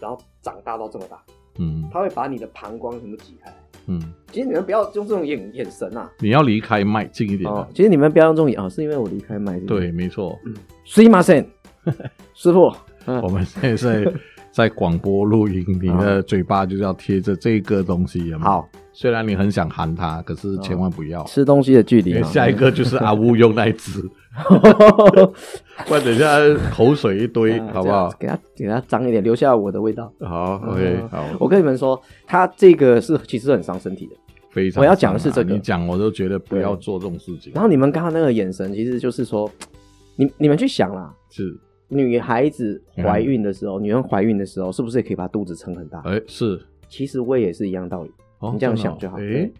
B: 然后长大到这么大，
C: 嗯
B: 他会把你的膀胱全部挤开。
C: 嗯，
B: 其实你们不要用这种眼眼神啊！
C: 你要离开麦近一点
B: 哦
C: 的，，
B: 其实你们不要用这种眼啊，是因为我离开麦。
C: 对，，没错，
B: s i m a s e n 师傅， 嗯
C: 我们现在在在广播录音，你的嘴巴就要贴着这个东西，有没有
B: 好，
C: 虽然你很想含它，可是千万不要。
B: 吃东西的距
C: 因
B: 离
C: 为
B: 啊。
C: 下一个就是阿乌用那一只， 不然等一下口水一堆，
B: 啊
C: 好不好
B: 哎这样？给他给他脏一点，留下我的味道。
C: 好
B: 嗯
C: ，OK，好，
B: 我跟你们说，他这个是其实很伤身体的。
C: 非常。
B: 我要讲的是这个
C: 你讲我都觉得不
B: 对
C: 要做这种事情。
B: 然后你们刚刚那个眼神，其实就是说，你你们去想啦，
C: 是，
B: 女孩子怀孕的时候，女人怀孕的时候，是不是也可以把肚子撑很大？
C: 哎，是，
B: 其实胃也是一样道理，
C: 哦
B: 你这样
C: 真的
B: 想
C: 哦
B: 就好。
C: 哎
B: 对，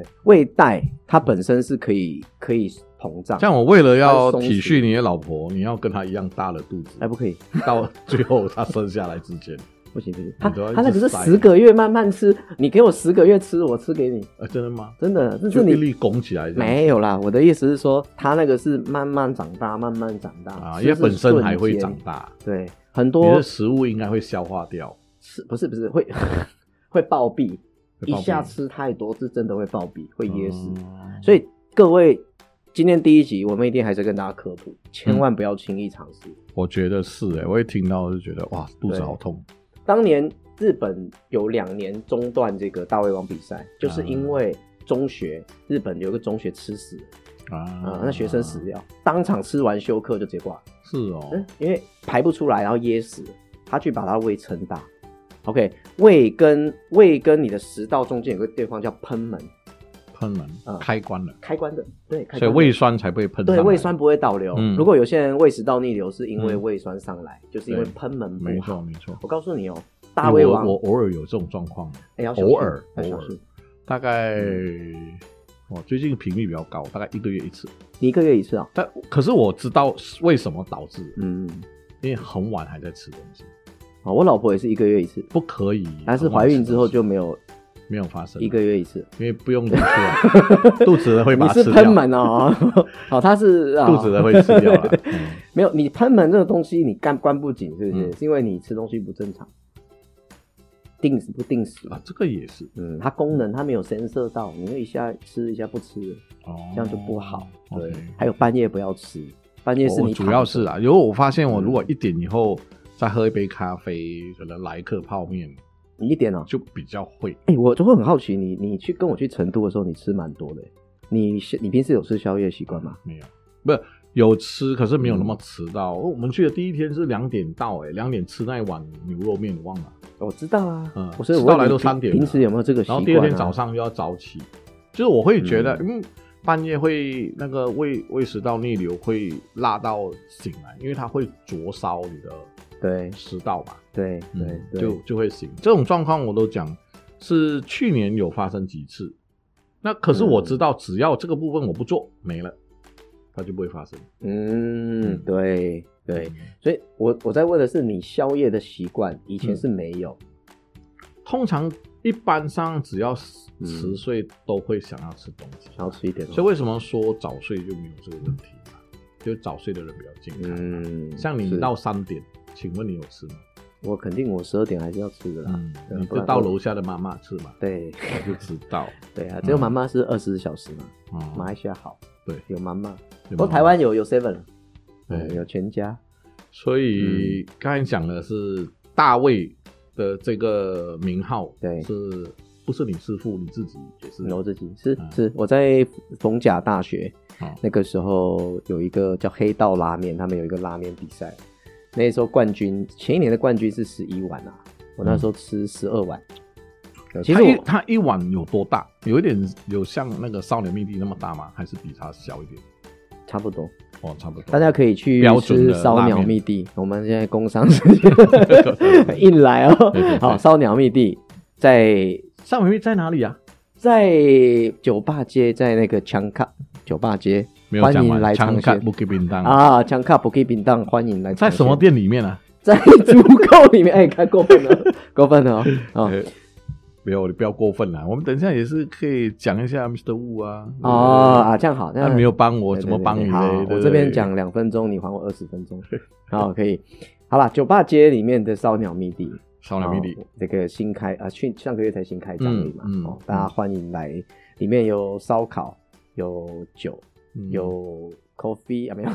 B: 对，胃袋它本身是可以可以膨胀，
C: 像我为了要
B: 它是松
C: 体
B: 弛
C: 恤你的老婆，你要跟她一样大的肚子
B: 哎，不可以，
C: 到最后她生下来之前，
B: 不行不行，它
C: 你都要一直
B: 它那个是
C: 塞啊
B: 十个月慢慢吃，你给我十个月吃，我吃给你，
C: 啊，真的吗？
B: 真的，这是
C: 就一
B: 你
C: 粒拱起来这样，
B: 没有啦。我的意思是说，它那个是慢慢长大，慢慢长大
C: 啊，
B: 吃
C: 因为
B: 是
C: 本身
B: 瞬
C: 还会
B: 间
C: 长大，
B: 对，很
C: 你
B: 多
C: 的食物应该会消化掉，
B: 吃不是不是会 会暴毙，
C: 会
B: 一
C: 暴
B: 下
C: 毙
B: 吃太多是真的会暴毙，会噎死。
C: 嗯
B: 所以各位，今天第一集我们一定还是跟大家科普，千万不要轻易尝试。
C: 我觉得是哎，我一听到就觉得哇，肚子
B: 对
C: 好痛，
B: 当年日本有两年中断这个大胃王比
C: 嗯
B: 赛，就是因为中学日本有一个中学吃屎啊、
C: 啊，
B: 那学生死掉，当场吃完休克就直接挂了，
C: 是哦，
B: 嗯，因为排不出来，然后噎死了，他去把他胃撑大。OK，胃跟胃跟你的食道中间有个地方叫喷门，
C: 喷门
B: 嗯
C: 开关了，
B: 开关的，对，开关
C: 所以
B: 的
C: 胃酸才被喷上
B: 对
C: 来，
B: 胃酸不会倒流。
C: 嗯
B: 如果有些人胃食道逆流，是因为
C: 嗯
B: 胃酸上来，就是因为
C: 对
B: 喷门
C: 没
B: 不
C: 错
B: 好。
C: 没错，
B: 我告诉你哦，大胃王，
C: 我我偶尔有这种状况，
B: 哎要小心
C: 偶尔
B: 要
C: 偶
B: 小
C: 尔
B: 心，
C: 大概
B: 嗯
C: 我最近频率比较高，大概一个月一次。
B: 你一个月一次啊、
C: 但可是我知道是为什么导致，
B: 嗯，
C: 因为很晚还在吃东西，
B: 啊，我老婆也是一个月一次，
C: 不可以。
B: 但是怀孕之后就没有
C: 没有发生
B: 一个，月一次。
C: 因为不用吃了，肚子会把
B: 你
C: 它
B: 是
C: 吃掉，
B: 喷门哦， 好，她是啊
C: 肚子会吃掉 了。嗯
B: 没有你喷门这个东西，你干关不紧是不是？
C: 嗯
B: 是因为你吃东西不正常，定时不定时。
C: 啊，这个也是
B: 嗯，它功能它没有侦测到，你会一下吃一下不吃了，
C: 哦，
B: 这样就不好。对
C: OK，
B: 还有半夜不要吃，半夜是
C: 我
B: 你
C: 主要
B: 躺
C: 是
B: 着嗯
C: 啊，如果我发现我如果一点以后再喝一杯咖啡，可能来一克泡面，
B: 你一点哦、
C: 就比较会。
B: 哎、我就会很好奇你，你去跟我去成都的时候，你吃蛮多的、你你平时有吃宵夜习惯吗？
C: 没有，不是有吃，可是没有那么迟到。哦我们去的第一天是两点到、哎，两点吃那一碗牛肉面，我忘了。
B: 我知道啊，
C: 嗯
B: 我所以我
C: 吃到
B: 问
C: 来
B: 你
C: 都
B: 平
C: 3点了
B: 平时有没有这个习惯、
C: 然后
B: 啊？
C: 第二天早上又要早起，就是我会觉得，
B: 嗯
C: 嗯，半夜会那个胃胃食道逆流会辣到醒来，因为它会灼烧你的
B: 对
C: 食道嘛，
B: 对对
C: 嗯，
B: 对，
C: 就就会醒。这种状况我都讲是去年有发生几次，那可是我
B: 嗯
C: 知道，只要这个部分我不做没了，它就不会发生。
B: 嗯
C: 嗯
B: 对对，，所以我我在问的是你宵夜的习惯，以前是没有，
C: 通常一般上只要十
B: 嗯
C: 十岁都会想要吃东西，
B: 想要吃一点、哦，
C: 所以为什么说早啊睡就没有这个问题嘛？就早睡的人比较健康嘛。啊
B: 嗯，
C: 像你
B: 是
C: 到三点，请问你有吃吗？
B: 我肯定我十二点还是要吃的啦。
C: 嗯，
B: 对啊
C: 你
B: 不
C: 就
B: 然
C: 到
B: 我
C: 楼下的妈妈吃嘛，
B: 对
C: 我就知道。
B: 对啊，只有
C: 嗯
B: 妈妈是二十四小时嘛，
C: 嗯
B: 马来西亚好，
C: 对
B: 有妈妈。
C: 有
B: 不过
C: 妈妈
B: 台湾有有 seven，嗯
C: 对
B: 有全家。
C: 所以刚才讲的是大卫的这个名号，
B: 嗯对
C: 是不是你师傅你自己也是？
B: 我自己是
C: 嗯
B: 是我在逢甲大学
C: 哦
B: 那个时候有一个叫黑道拉面，他们有一个拉面比赛，那时候冠军前一年的冠军是十一碗啊，我那时候吃十二碗。对其实
C: 嗯他一
B: 我
C: 他一碗有多大？有一点有像那个少年密地那么大吗？还是比它小一点？
B: 差不多，
C: 哦，差不多。
B: 大家可以去
C: 标准
B: 吃
C: 的
B: 烧
C: 拉
B: 鸟
C: 面
B: 密地。我们现在工商时间 硬来哦
C: 对对对，
B: 好，烧鸟密地在
C: 少年密地在哪里啊？
B: 在酒吧街，在那个强卡酒吧街，
C: 没有
B: 欢
C: 讲
B: 迎
C: 完。
B: 来
C: 强
B: 尝
C: 看
B: 鲜
C: 不给便当，
B: 啊！强卡不给饼当，欢迎来尝
C: 在
B: 鲜
C: 什么？店里面啊？
B: 在足够里面，哎、看过分 了，过分了哦！
C: 呃没有，你不要过分了。我们等一下也是可以讲一下 Mr. Wu 啊。
B: 哦啊，这样好，那
C: 他没有帮我，
B: 对
C: 怎么帮你
B: 对
C: 嘞？
B: 对好，
C: 对不
B: 我这边
C: 对
B: 讲两分钟，你还我二十分 钟，好，可以。好啦，酒吧街里面的烧鸟密地，
C: 少年密地
B: 哦，这个新开啊，去上个月才新开张而已嘛，
C: 嗯嗯
B: 哦，大家欢迎来，里面有烧烤，有酒，
C: 嗯
B: 有 coffee 啊，没有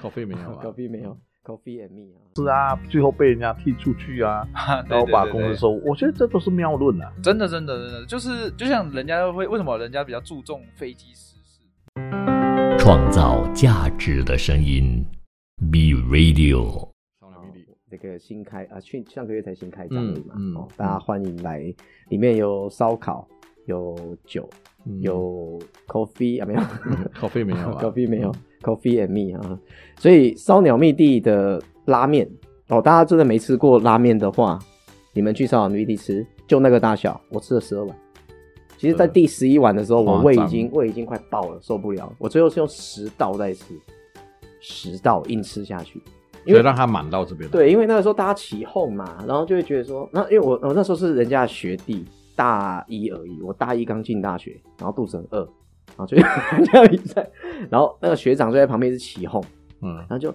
C: coffee 没有 啊
B: coffee 没有 coffee and me 啊。
C: 是啊，最后被人家踢出去啊，
D: 对
C: 然后把
D: 对对
C: 公
D: 对
C: 司收。我觉得这都是妙论啊。
D: 真的真的真的，就是就像人家会为什么人家比较注重飞机失事，
A: 创造价值的声音，B Radio。
C: 少
B: 哦这个新开啊，去上个月才新开张而已嘛、
C: 嗯嗯
B: 哦，大家
C: 嗯
B: 欢迎来，里面有烧烤，有酒，有 coffee 啊，没有
C: coffee 嗯 没有啊
B: coffee 没有 coffee and me 啊，所以烧鸟密地的拉面哦，大家真的没吃过拉面的话，你们去烧鸟密地吃，就那个大小，我吃了十二碗。其实，在
C: 真的
B: 第十一碗的时候，我胃
C: 嗯夸
B: 已
C: 张
B: 经胃已经快爆了，受不了了。我最后是用十道在吃，十道硬吃下去，因
C: 所以
B: 为
C: 让他满到这边。，啊
B: 对，因为那个时候大家起哄嘛，然后就会觉得说，那因为我我那时候是人家的学弟，大一而已，我大一刚进大学，然后肚子很饿，然后就 参加比赛，然后那个学长就在旁边一直起哄，
C: 嗯
B: 然，后就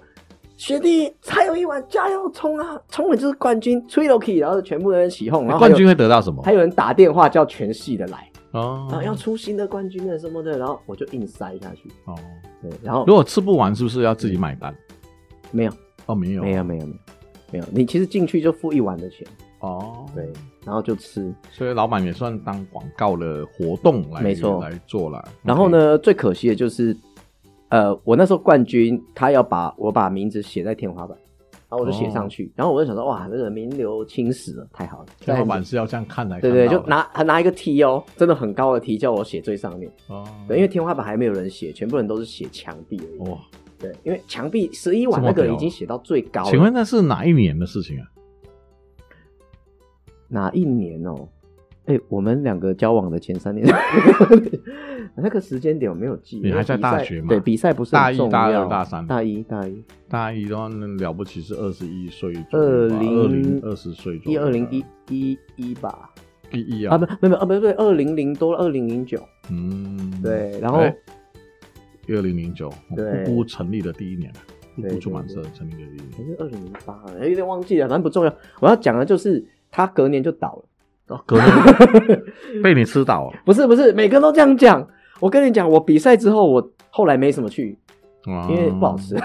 B: 学弟才有一碗，加油冲啊，冲了就是冠军，吹 l k 然后全部的人起哄，然后还
C: 冠
B: 有
C: 军会得到什么
B: 还？有人打电话叫全系的来，然后要
C: 哦
B: 出新的冠军的什么的，然后我就硬塞下去，
C: 哦，
B: 对，然后
C: 如果吃不完，是不是要自己买单？
B: 没有
C: 哦，没有，
B: 没有没有没有没有，你其实进去就付一碗的钱，
C: 哦，
B: 对，，然后就吃。
C: 所以老板也算当广告的活动来
B: 没错
C: 来做了。
B: 然后呢，最可惜的就是，呃，我那时候冠军，他要把我把名字写在天花板，然后我就写上去，然后我就想说，哇，这个名流青史了，太好了。
C: 哦 OK？天花板是要这样看来看
B: 对
C: 到
B: 对，
C: 的，哦
B: 就拿还拿一个 T 哦，真的很高的 T，叫我写最上面。
C: 哦，
B: 对，因为天花板还没有人写，全部人都是写墙壁而已。
C: 哇，
B: 对，因为墙壁十一碗
C: 这么
B: 那个
C: 屌
B: 已经写到最高了。
C: 请问那是哪一年的事情啊？
B: 哪一年哦？哎、我们两个交往的前 三年，那个时间点我没有记。
C: 你还在
B: 因为比赛
C: 大学嘛
B: 对，比赛不是很
C: 大一
B: 重
C: 大二
B: 要
C: 大三
B: 大一、大一、
C: 大一的话，那了不起是二十一岁左
B: 二
C: 右吧，二
B: 零
C: 零二十岁左
B: 一
C: 右吧，
B: 二零一一一吧，
C: 一一
B: 啊
C: 啊
B: 不，，没有没有啊不对，二零零多，二零零九，
C: 嗯，
B: 对，然后
C: 哎二零零九，
B: 对
C: 布谷成立的第一年，布
B: 对
C: 谷出版社
B: 对
C: 成立的第一
B: 还
C: 年，
B: 是二零零八，哎有点忘记了，反正不重要。我要讲的就是他隔年就倒了，
C: 哦，隔 年被你吃倒啊
B: 不是不是，每个都这样讲。我跟你讲，我比赛之后，我后来没什么去，，因为不好吃，
C: 哦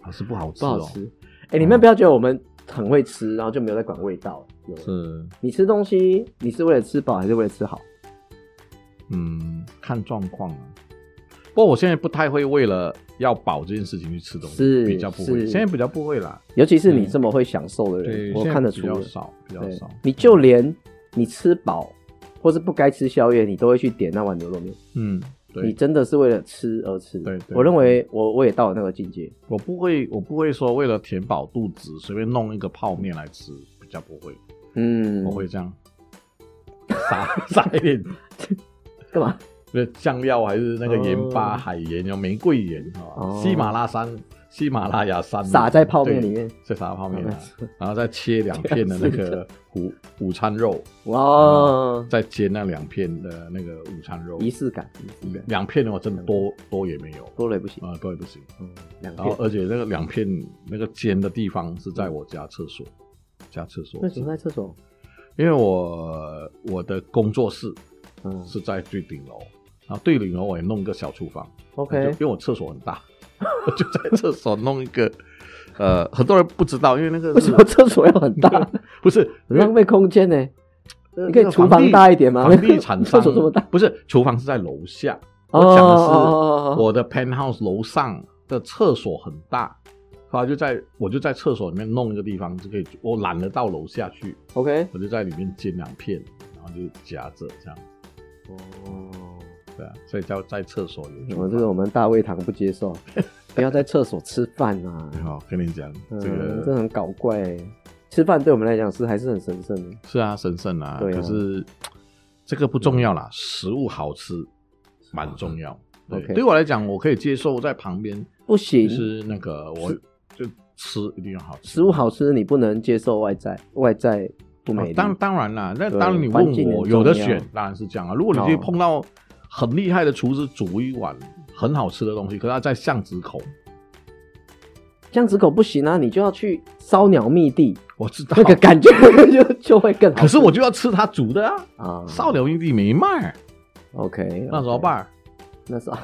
C: 啊，是不好吃
B: 不好
C: 哦，
B: 吃。哎、你们不要觉得我们很会吃，然后就没有在管味道。有
C: 是，
B: 你吃东西，你是为了吃饱还是为了吃好？
C: 嗯，看状况啊。不过我现在不太会为了要饱这件事情去吃东西，
B: 是
C: 比较不会，
B: 是
C: 现在比较不会啦。
B: 尤其是你
C: 嗯
B: 这么会享受的人，
C: 对，
B: 我
C: 现在
B: 看得
C: 比
B: 出
C: 较
B: 来。
C: 少，比较
B: 对，
C: 少。
B: 你就连你吃饱或是不该吃宵夜，你都会去点那碗牛肉面。
C: 嗯，
B: 你
C: 对，
B: 真的是为了吃而吃。
C: 对对
B: 我认为我我也到了那个境界。
C: 我不会，我不会说为了填饱肚子随便弄一个泡面来吃，比较不会，
B: 嗯，
C: 我会这样 撒撒一点
B: 干嘛？
C: 那酱料还是那个盐巴、
B: 哦
C: 海盐，有玫瑰盐啊，
B: 哦
C: 喜马拉山喜马拉雅山
B: 撒在泡面里面，
C: 对，撒在泡面、啊，然后再切两片的
B: 啊
C: 那个午午餐肉，
B: 哇，
C: 再煎那两片的那个午餐肉，
B: 仪式感，仪式感，
C: 两片的话真的多多也没有
B: 多了也不行，
C: 啊、多也不行。
B: 嗯，两
C: 然后
B: 片。
C: 而且那个两片那个煎的地方是在我家厕所，家厕所
B: 为，什么在厕所？
C: 因为我我的工作室
B: 嗯
C: 是在最顶楼，然后最顶楼我也弄个小厨房。就
B: ，OK，
C: 因为我厕所很大，我就在厕所弄一个。呃，很多人不知道，因为那个
B: 为什
C: 是
B: 么厕所要很大？
C: 不是
B: 很浪费空间呢？
C: 你
B: 你可以厨房大一点吗
C: 房地产 商
B: 厕所这么大
C: 不是厨房是在楼下，
B: 哦
C: 我讲
B: 哦
C: 的
B: 哦哦
C: 是我的 penthouse 楼上的厕所很大，后来就在我就在厕所里面弄一个地方就可以，我懒得到楼下去，
B: OK，
C: 我就在里面煎两片，然后就夹着这样，
B: 哦，
C: 对啊，所以叫在厕所有
B: 我
C: 厨
B: 这个我们大胃堂不接 受，不要在厕所吃饭啊！
C: 房。好，跟你讲哎这
B: 嗯
C: 个
B: 这很搞怪欸。吃饭对我们来讲是还是很神圣的，
C: 是啊，神圣啊。
B: 对啊
C: 可是这个不重要啦，食物好吃蛮重要。对
B: 嗯 OK
C: 对我来讲，我可以接受在旁边，
B: 不
C: 就
B: 行。
C: 是那个我就吃一定要好吃，
B: 食物好吃，你不能接受外在，外在不
C: 啊
B: 美丽。
C: 当当然啦，那
B: 对
C: 当然你
B: 环
C: 问
B: 境
C: 我
B: 很
C: 有的
B: 重要
C: 选，当然是这样啊。如果你去
B: 哦
C: 碰到很厉害的厨师煮一碗很好吃的东西，可是他在巷子口，
B: 这样子狗不行啊，你就要去烧鸟密 地，
C: 我知道
B: 那，个感觉 就就会更好吃。
C: 可是我就要吃他煮的啊。
B: 啊，
C: 少鸟营地没卖，
B: OK，
C: 那怎么？办？
B: 那时候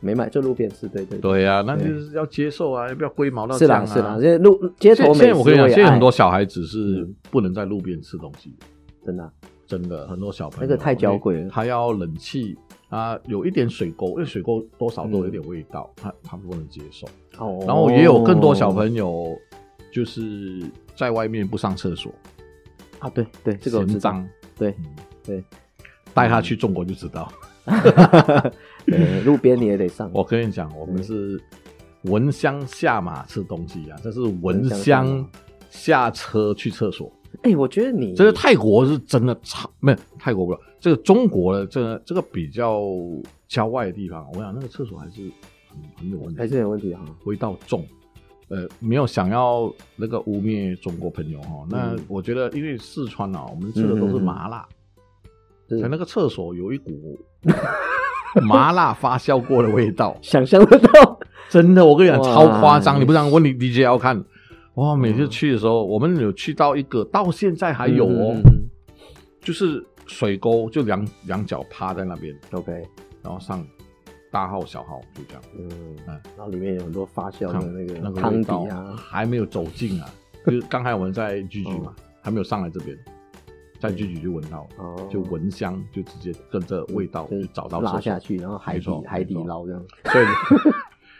B: 没买，就路边吃，对对。
C: 对呀、那
B: 对
C: 就是要接受啊，要不要龟毛到
B: 是
C: 这样
B: 啦
C: 啊？
B: 是啦，现在路街头
C: 现
B: 美
C: 现在
B: 食
C: 我跟你讲，
B: 也
C: 现在
B: 爱嗯
C: 很多小孩子是不能在路边吃东西的，
B: 真的啊
C: 真的很多小朋
B: 那
C: 友
B: 个太娇贵了
C: 他要冷气啊，有一点水沟，因为水沟多少都有一
B: 嗯
C: 点味道，他他不能接受。
B: 哦
C: 然后也有更多小朋友就是在外面不上厕所，
B: 啊，对对，这个我知
C: 嫌
B: 道。
C: 脏，
B: 对
C: 嗯
B: 对，嗯
C: 带他去中国就知道。
B: 对，路边你也得上。
C: 我跟你讲，我们
B: 对
C: 是闻香下马吃东西啊，这是
B: 闻
C: 闻
B: 香下马
C: 香下车去厕所。
B: 哎，我觉得你
C: 这个泰国是真的差，没有泰国不了，这个中国的这个这个比较郊外的地方，我想那个厕所还是很很有问题，
B: 还是有问题啊哈。
C: 味道重。呃，没有想要那个污蔑中国朋友哈、那
B: 嗯
C: 我觉得，因为四川啊，我们吃的都是麻辣，
B: 是
C: 所以那个厕所有一 股麻辣发酵过的味道，
B: 想象得到，
C: 真的，我跟你讲
B: 哇
C: 超夸张，你不想问你 DJ 要看，哇，每次去的时候，我们有去到一个，到现在还有哦，
B: 嗯嗯嗯
C: 就是水沟，就两两脚趴在那边，
B: OK，
C: 然后上大号小号就这样，
B: 嗯
C: 嗯，
B: 然后里面有很多发酵的
C: 看
B: 那
C: 那
B: 个
C: 个
B: 汤
C: 味
B: 底
C: 道
B: 啊，
C: 还没有走近啊，就是刚才我们在聚聚
B: 嗯
C: 嘛，还没有上来这边，在聚聚就闻到，
B: 哦，
C: 就闻香，就直接跟着味道
B: 就
C: 就是找到
B: 嗯拉
C: 厕所
B: 下去，然后海
C: 没错
B: 底海底
C: 没错
B: 捞这样。
C: 所以，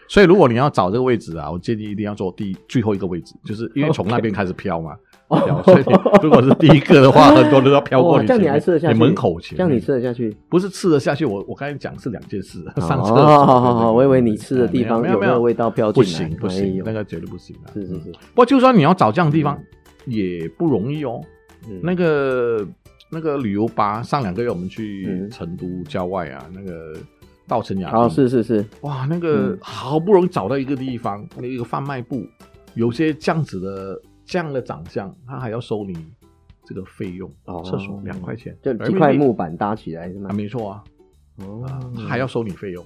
C: 所以如果你要找这个位置啊，我建议一定要坐第一最后一个位置，就是因为从那边开始飘嘛。飘所以你如果是第一个的话，很多人都要飘过
B: 哦哇
C: 你
B: 这
C: 前
B: 样
C: 面，
B: 你还吃得下去？
C: 你门口前
B: 这
C: 面，
B: 样你吃得下去？
C: 不是吃得下去。我我刚才讲是两件事，上厕所。
B: 哦好好
C: 对对
B: 好
C: 对
B: 我以为你吃的
C: 哎没有
B: 地方
C: 没有
B: 有
C: 没
B: 那个味道飘进
C: 不
B: 来
C: 行不
B: 哎
C: 行
B: 呦，
C: 那个绝对不行啊。
B: 是是是，
C: 不过就算你要找这样的地方，也不容易哦。
B: 嗯
C: 那个那个旅游吧，上两个月我们去
B: 嗯
C: 成都郊外啊，那个稻城亚
B: 哦
C: 丁
B: 是是是，
C: 哇，那个
B: 嗯
C: 好不容易找到一个地方，那一个贩卖部，有些这样子的这样的长相，他还要收你这个费用，
B: 哦
C: 厕所两块钱，
B: 就几块木板搭起来是吗
C: 啊，？没错啊，啊
B: 哦，
C: 还要收你费用，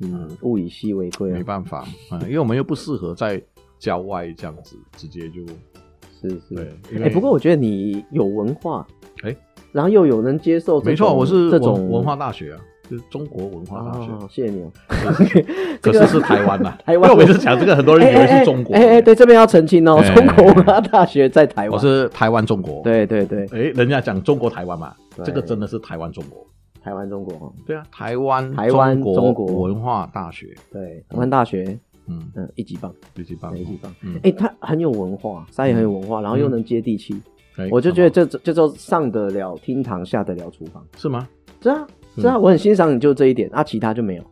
B: 嗯，物以稀为贵
C: 没
B: 啊，
C: 办法啊，因为我们又不适合在郊外这样子直接就，
B: 是是
C: 对。因为
B: 哎，不过我觉得你有文化，
C: 哎，
B: 然后又有能接受这种，
C: 没错，我是
B: 这
C: 文
B: 种
C: 文化大学啊，就是中国文化大
B: 啊
C: 学，，
B: 谢谢你哦。
C: 可
B: 这个
C: 是是台湾呐，
B: 台湾
C: 因为我每次讲这个，很多人以为是中国
B: 哎，哎哎哎，对，这边要澄清哦，
C: 哎
B: 中国文化大学在台湾。
C: 我是台湾中国，，
B: 对对对，
C: 哎，人家讲中国台湾嘛，
B: 对
C: 这个真的是台湾中国。
B: 台湾中国哦，
C: 对啊，台湾
B: 台湾
C: 中国
B: 中国
C: 文化大学，
B: 对，台湾大学，
C: 嗯，
B: 嗯，一级棒，
C: 最近办
B: 一级棒。
C: 嗯，
B: 哎、他很有文化，他也很有文化，然后又能接地气，
C: 哎
B: 我就觉得这这这就上得了厅堂，下得了厨房，
C: 是吗？
B: 是啊，是
C: 嗯
B: 啊，我很欣赏你就这一点，啊，其他就 没有，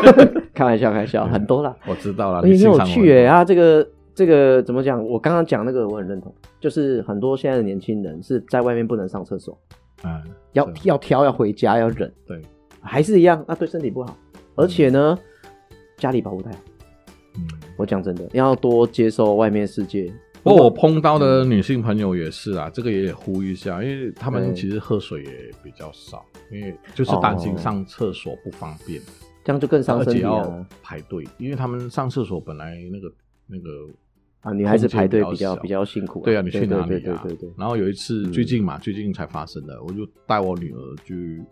B: 开玩笑，开玩笑，很多啦，
C: 我知道了，
B: 你
C: 嗯你
B: 很
C: 欣
B: 有
C: 赏
B: 趣哎、
C: 我
B: 啊，这个这个怎么讲？我刚刚讲那个我很认同，就是很多现在的年轻人是在外面不能上厕所，
C: 嗯，
B: 要
C: 是
B: 要挑，要回家，要忍，
C: 对，
B: 啊还是一样，那、对身体不好，而且呢，家里保护太好。
C: 嗯
B: 我讲真的，要多接受外面世界。
C: 不过我碰到的
B: 嗯
C: 女性朋友也是啊，这个也呼吁一下，因为她们
B: 对
C: 其实喝水也比较少，因为就是
B: 哦
C: 担心上厕所不方便，
B: 这样就更伤
C: 而
B: 身
C: 且
B: 体
C: 要
B: 啊！
C: 排队，因为她们上厕所本来那个那个
B: 啊，女孩子排队
C: 空
B: 比
C: 间
B: 较
C: 小
B: 比较辛苦、
C: 对啊，你去哪里
B: 对
C: 啊？
B: 对对对对
C: 然后有一次，
B: 嗯
C: 最近嘛，最近才发生的，我就带我女儿去，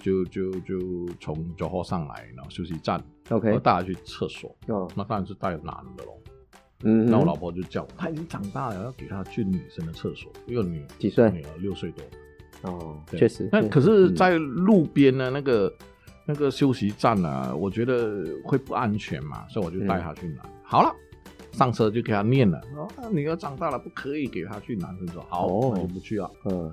C: 就就就从九号上来，然后休息站，我
B: OK，
C: 带她去厕所，
B: 哦，
C: 那当然是带男的喽。
B: 嗯哼，
C: 那我老婆就叫我，她已经长大了，要给她去女生的厕所，因为女
B: 几岁
C: 女儿六岁多。
B: 哦，
C: 对
B: 确实，
C: 那
B: 嗯
C: 可是，
B: 嗯
C: 在路边呢，那个那个休息站啊，我觉得会不安全嘛，所以我就带他去拿。
B: 嗯
C: 好了，上车就给他念了，哦，啊女儿长大了不可以给他去男生说，好，
B: 哦
C: 那就不去啊。
B: 嗯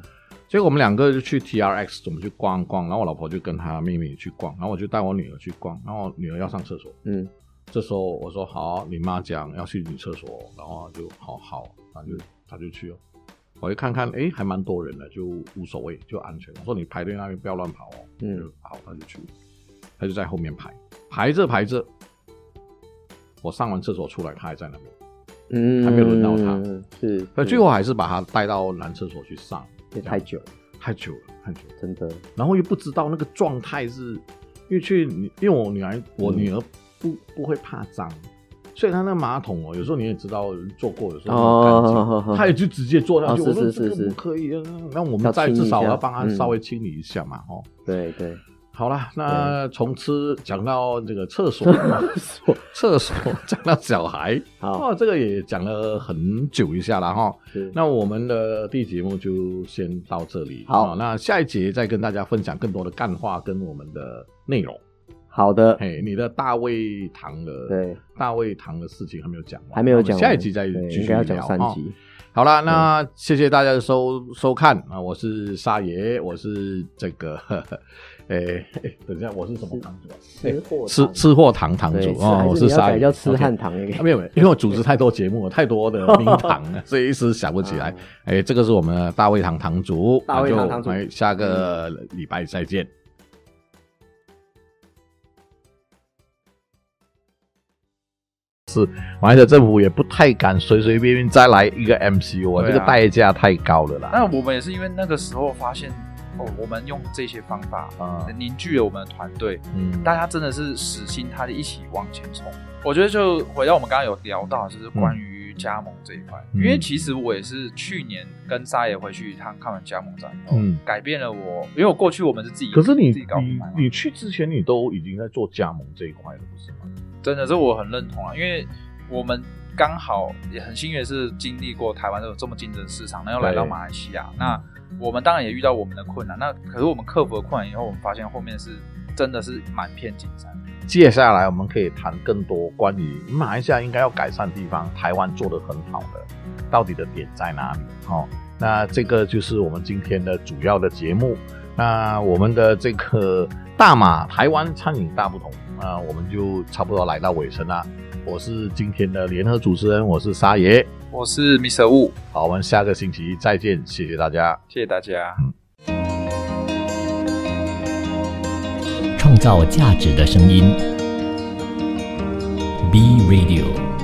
C: 结果我们两个就去 T R X 我们去逛逛，然后我老婆就跟她妹妹去逛，然后我就带我女儿去逛，然后我女儿要上厕所，
B: 嗯，
C: 这时候我说好，你妈讲要去女厕所，然后她就好好，她就她就去哦。我一看看，诶，还蛮多人的，就无所谓，就安全。我说你排队那边不要乱跑哦，
B: 嗯
C: 就好，她就去，她就在后面排，排着排着，我上完厕所出来，她还在那边，
B: 嗯，
C: 还没有轮到他呃
B: 嗯，是，
C: 所以
B: 是
C: 最后还是把她带到男厕所去上，
B: 也太久了，
C: 太久了，太久了。
B: 真的，
C: 然后又不知道那个状态是，因为去你因为我女
B: 嗯
C: 儿我女儿不、不会怕脏，所以她那个马桶哦，有时候你也知道有人坐过，有时候很干净。
B: 哦
C: 她也就直接坐上去，
B: 哦是
C: 我说
B: 是是
C: 这个
B: 是
C: 不可以，嗯那我们
B: 要
C: 再
B: 清
C: 至
B: 一
C: 少
B: 下
C: 要帮她
B: 嗯
C: 稍微清理一下嘛，哦。
B: 对对，
C: 好啦，那从吃讲到这个 厕所，厕所讲到小孩，
B: 好，
C: 哦，这个也讲了很久一下了哈、哦。
B: 是
C: 那我们的第一节目就先到这里。
B: 好
C: 哦那下一节再跟大家分享更多的干话跟我们的内容。
B: 好的，
C: 嘿，你的大卫堂的
B: 对，
C: 大卫堂的事情还没有讲完，
B: 还没有讲
C: 那我们
B: 完，
C: 下一集再
B: 对
C: 继
B: 应
C: 续
B: 该
C: 聊
B: 要讲三
C: 哦
B: 集，
C: 好啦，那谢谢大家的收收看啊！我是沙爷，我是这个， 呵呵诶、诶等一下，我是什么堂主啊？
B: 吃货
C: 吃吃货堂堂主
B: 对，
C: 哦，我
B: 还是你要
C: 沙
B: 改
C: 爷，
B: 叫吃
C: OK
B: 汉唐也可以
C: 啊，没有，没有因为我组织太多节目，太多的名堂 了，所以一时想不起来
B: 啊。
C: 哎，这个是我们的大卫堂堂主，
B: 大卫堂
C: 那就
B: 堂主
C: 哎下个礼拜再见。是马来西亚政府也不太敢随随便便再来一个 MCU 啊，
D: 对啊
C: 这个代价太高了啦。
D: 那我们也是因为那个时候发现，哦，我们用这些方法
C: 啊，
D: 凝聚了我们的团队，
C: 嗯，
D: 大家真的是死心塌地一起往前冲。我觉得就回到我们刚刚有聊到，就是关于加盟这一块，
C: 嗯
D: 因为其实我也是去年跟沙爷回去一趟看完加盟展以后，
C: 嗯
D: 改变了我，因为我过去我们是自己
C: 可是你
D: 哦自己搞品
C: 你
D: 牌嘛，
C: 你去之前你都已经在做加盟这一块了，不是吗？
D: 真的是我很认同啊，因为我们刚好也很幸运的是经历过台湾这种这么竞争的市场，那又来到
C: 对
D: 马来西亚，那我们当然也遇到我们的困难，那可是我们克服了困难以后，我们发现后面是真的是满片金山。
C: 接下来我们可以谈更多关于马来西亚应该要改善的地方，台湾做得很好的，到底的点在哪里？哦，那这个就是我们今天的主要的节目。那我们的这个大马台湾餐饮大不同，那我们就差不多来到尾声啦。我是今天的联合主持人，我是沙爷。
D: 我是 Mr. Wu，
C: 好，我们下个星期再见，谢谢大家。
D: 谢谢大家。
A: 创造价值的声音。B Radio。